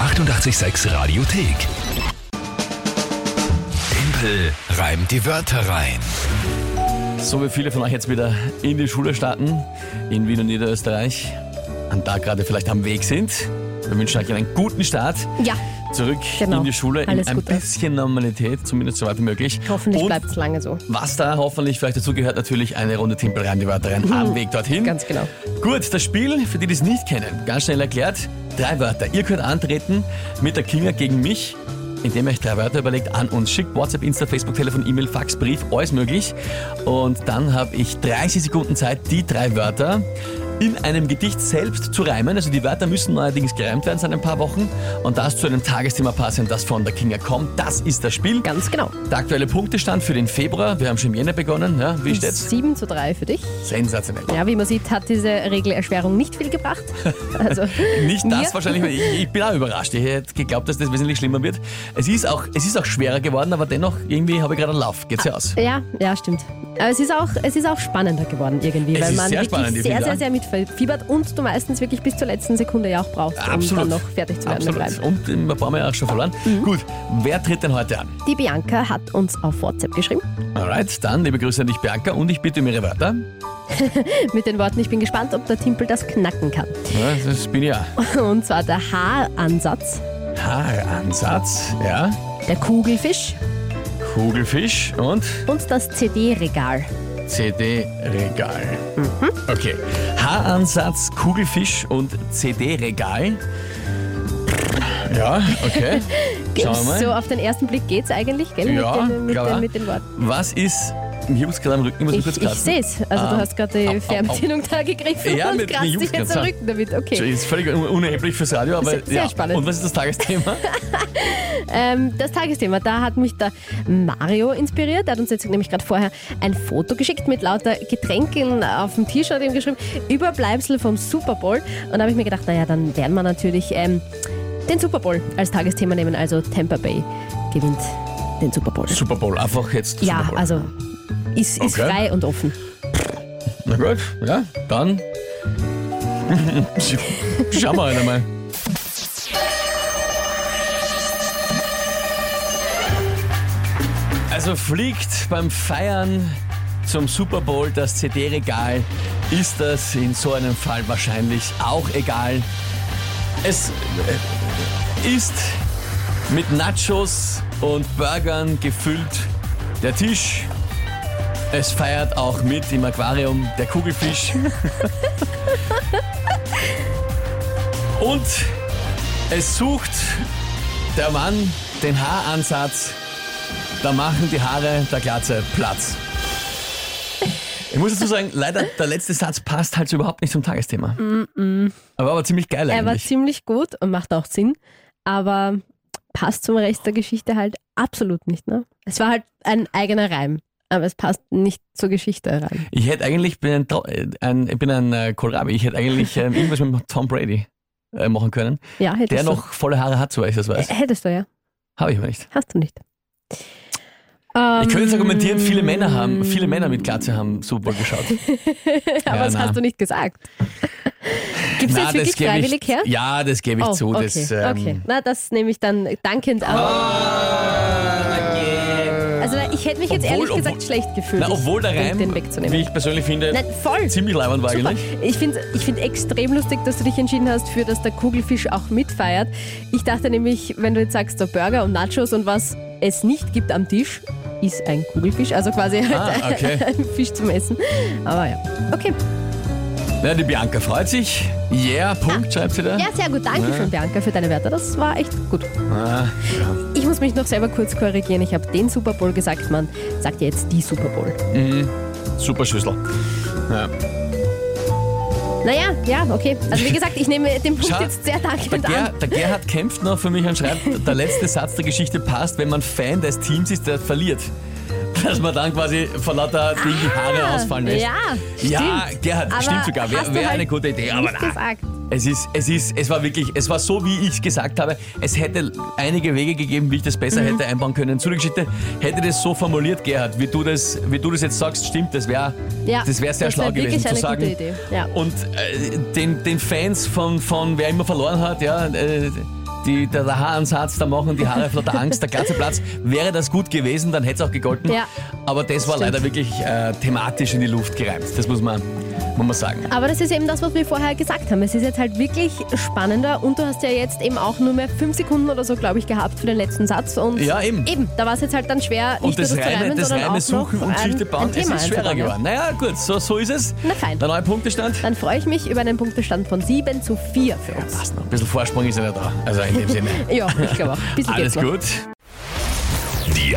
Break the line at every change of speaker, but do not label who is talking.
886 Radiothek. Tempel reimt die Wörter rein.
So wie viele von euch jetzt wieder in die Schule starten, in Wien und Niederösterreich, und da gerade vielleicht am Weg sind. Wir wünschen euch einen guten Start.
Ja,
Zurück
Genau.
in die Schule, in
Alles
ein
Gute.
bisschen Normalität, zumindest soweit wie möglich.
hoffentlich
und
bleibt es lange so.
was da hoffentlich vielleicht dazu gehört, natürlich eine Runde Timpel rein, die Wörter rein, am Weg dorthin.
Mhm. Ganz genau.
Gut, das Spiel, für die, die es nicht kennen, ganz schnell erklärt. Drei Wörter. Ihr könnt antreten mit der Kinga gegen mich, indem ihr euch drei Wörter überlegt, an uns schickt. WhatsApp, Insta, Facebook, Telefon, E-Mail, Fax, Brief, alles möglich. Und dann habe ich 30 Sekunden Zeit, die drei Wörter in einem Gedicht selbst zu reimen. Also die Wörter müssen neuerdings gereimt werden seit ein paar Wochen. Und das zu einem Tagesthema passend, das von der Kinga kommt. Das ist das Spiel.
Ganz genau.
Der aktuelle Punktestand für den Februar. Wir haben schon im Jänner begonnen. Ja, wie steht's?
7 zu 3 für dich.
Sensationell.
Ja, wie man sieht, hat diese Regelerschwerung nicht viel gebracht. Also,
Nicht das
mir-
wahrscheinlich. Ich, ich bin auch überrascht. Ich hätte geglaubt, dass das wesentlich schlimmer wird. Es ist auch, es ist auch schwerer geworden, aber dennoch irgendwie habe ich gerade einen Lauf. Geht's ja aus.
Ja, ja, stimmt. Aber es ist auch, es ist auch spannender geworden irgendwie,
Es
weil
ist
man
sehr
wirklich
spannend, ich
sehr,
finde
sehr,
auch.
sehr mitfiebert und du meistens wirklich bis zur letzten Sekunde ja auch brauchst, um
Absolut.
dann noch fertig zu werden
Absolut.
mit Mhm. Reimen.
Und ähm, ein paar Mal auch schon verloren. Gut, wer tritt denn heute an?
Die Bianca hat uns auf WhatsApp geschrieben
Alright, dann liebe Grüße an dich, Bianca, und ich bitte um Ihre Wörter.
mit den Worten, ich bin gespannt, ob der Timpel das knacken kann.
Ja, das bin ja.
Und zwar der Haaransatz,
Haaransatz, ja.
der Kugelfisch
Kugelfisch und
und das CD-Regal.
CD-Regal.
Mhm.
Okay. Haaransatz, Kugelfisch und CD-Regal. Ja, okay. Schauen wir mal.
So auf den ersten Blick geht's eigentlich, gell?
Ja,
mit, den, mit,
klar.
den, mit den Worten.
Was ist. Ich hab's gerade am Rücken, ich muss
Ich,
kurz
ich
kratzen.
sehe es. Also
Ah.
du hast gerade
Au, au,
die
au.
Fernbedienung da gegriffen
Ja,
und
mit- mit
kratzt dich jetzt am
Jugendkratzer.
Rücken damit. Okay.
Ist völlig un- unerheblich fürs Radio, aber
Sehr- sehr
ja.
spannend.
Und was ist das Tagesthema?
Ähm, das Tagesthema, da hat mich der Mario inspiriert. Er hat uns jetzt nämlich gerade vorher ein Foto geschickt mit lauter Getränken auf dem T-Shirt eben geschrieben. Überbleibsel vom Super Bowl. Und da habe ich mir gedacht, naja, dann werden wir natürlich ähm, den Super Bowl als Tagesthema nehmen. Also Tampa Bay gewinnt den Super Bowl.
Super Bowl, einfach jetzt.
ja,
Super Bowl.
also ist, ist
Okay.
frei und offen.
Na gut, ja, dann. Sch- Schauen wir halt einmal. Also fliegt beim Feiern zum Super Bowl das CD-Regal, ist das in so einem Fall wahrscheinlich auch egal. Es äh, ist mit Nachos und Burgern gefüllt der Tisch. Es feiert auch mit im Aquarium der Kugelfisch. Und es sucht der Mann den Haaransatz. Da machen die Haare der Glatze Platz. Ich muss dazu sagen, leider der letzte Satz passt halt so überhaupt nicht zum Tagesthema. Aber war ziemlich geil
Er war
eigentlich.
ziemlich gut und macht auch Sinn, aber passt zum Rest der Geschichte halt absolut nicht. Ne? Es war halt ein eigener Reim, aber es passt nicht zur Geschichte rein.
Ich hätte eigentlich, bin ein, Tro- äh, ein, ich bin ein äh, Kohlrabi, ich hätte eigentlich ähm, irgendwas mit Tom Brady äh, machen können,
Ja, hättest
der
du.
noch volle Haare hat, soweit ich das weiß.
Äh, Hättest du ja,
Habe ich aber nicht.
hast du nicht.
Ich könnte jetzt
Ähm,
argumentieren, viele Männer haben, viele Männer mit Glatze haben Super Bowl geschaut.
aber
Ja,
das
na.
hast du nicht gesagt. Gibst du
Na,
jetzt wirklich
gebe
freiwillig
ich,
her?
Ja, das gebe ich
oh,
zu.
okay,
Das, ähm,
okay. Na, das nehme ich dann dankend auf. Also ich hätte mich jetzt
Ah, Obwohl-
ehrlich gesagt
obwohl-
schlecht gefühlt,
Na, obwohl der
den,
Reim,
den
wie
wegzunehmen.
ich persönlich finde,
Nein, voll.
ziemlich leibend war
Super.
eigentlich.
Ich finde ich find extrem lustig, dass du dich entschieden hast für, dass der Kugelfisch auch mitfeiert. Ich dachte nämlich, wenn du jetzt sagst, der Burger und Nachos und was es nicht gibt am Tisch, ist ein Kugelfisch, also quasi
Ah,
halt
okay.
ein Fisch zum Essen. Aber ja, okay.
Na, die Bianca freut sich. Yeah, Punkt, schreibt sie da.
Ja, sehr gut. Danke schön, Bianca, für deine Werte. Das war echt gut.
Ah,
Ich muss mich noch selber kurz korrigieren. Ich habe den Super Bowl gesagt, man sagt ja jetzt die Super Bowl.
super Schüssel. Ja.
Naja, ja, okay. Also wie gesagt, ich nehme den Punkt
Schau,
jetzt sehr
Der,
dankend
Ger,
an.
der Gerhard kämpft noch für mich und schreibt, der letzte Satz der Geschichte passt, wenn man Fan des Teams ist, der verliert. Dass man dann quasi vor lauter Ding die Haare ausfallen lässt.
Ah, Ja, stimmt.
Ja, Gerhard,
Aber
stimmt sogar. Wäre
hast du
wäre
halt
eine gute Idee, aber
nicht
na.
gesagt.
Es ist, es ist, es war wirklich, es war so, wie ich es gesagt habe. Es hätte einige Wege gegeben, wie ich das
Mhm.
besser hätte einbauen können. Zu der Geschichte hätte das so formuliert, Gerhard, wie du das, wie du das jetzt sagst, stimmt, das wäre, das wäre sehr
das
schlau
wär
gewesen
wirklich
zu
eine
sagen.
Gute Idee. Ja.
Und äh, den, den Fans von, von wer immer verloren hat, ja, äh, die, der, der Haaransatz, der Machen, die Haare flotter Angst, der ganze Platz. Wäre das gut gewesen, dann hätte es auch gegolten.
Ja.
Aber das war
Stimmt.
leider wirklich äh, thematisch in die Luft gereimt. Das muss man, muss man sagen.
Aber das ist eben das, was wir vorher gesagt haben. Es ist jetzt halt wirklich spannender und du hast ja jetzt eben auch nur mehr fünf Sekunden oder so, glaube ich, gehabt für den letzten Satz. Und
Ja, eben.
Eben, da war es jetzt halt dann schwer,
Und
nicht
das
nur zu
reine,
reimen,
das
sondern
reine
auch
Suchen
noch
und
ein,
Geschichte bauen,
ein
es
Thema
ist schwerer
einzubauen.
geworden. Naja, gut, so, so ist es.
Na fein.
Der neue Punktestand.
Dann freue ich mich über einen Punktestand von 7 zu 4 für uns.
Passt noch. Ein bisschen Vorsprung ist ja noch da. Also in dem Sinne.
Ja, ich glaube auch. Ein bisschen
Alles
geht's noch.
gut.
Die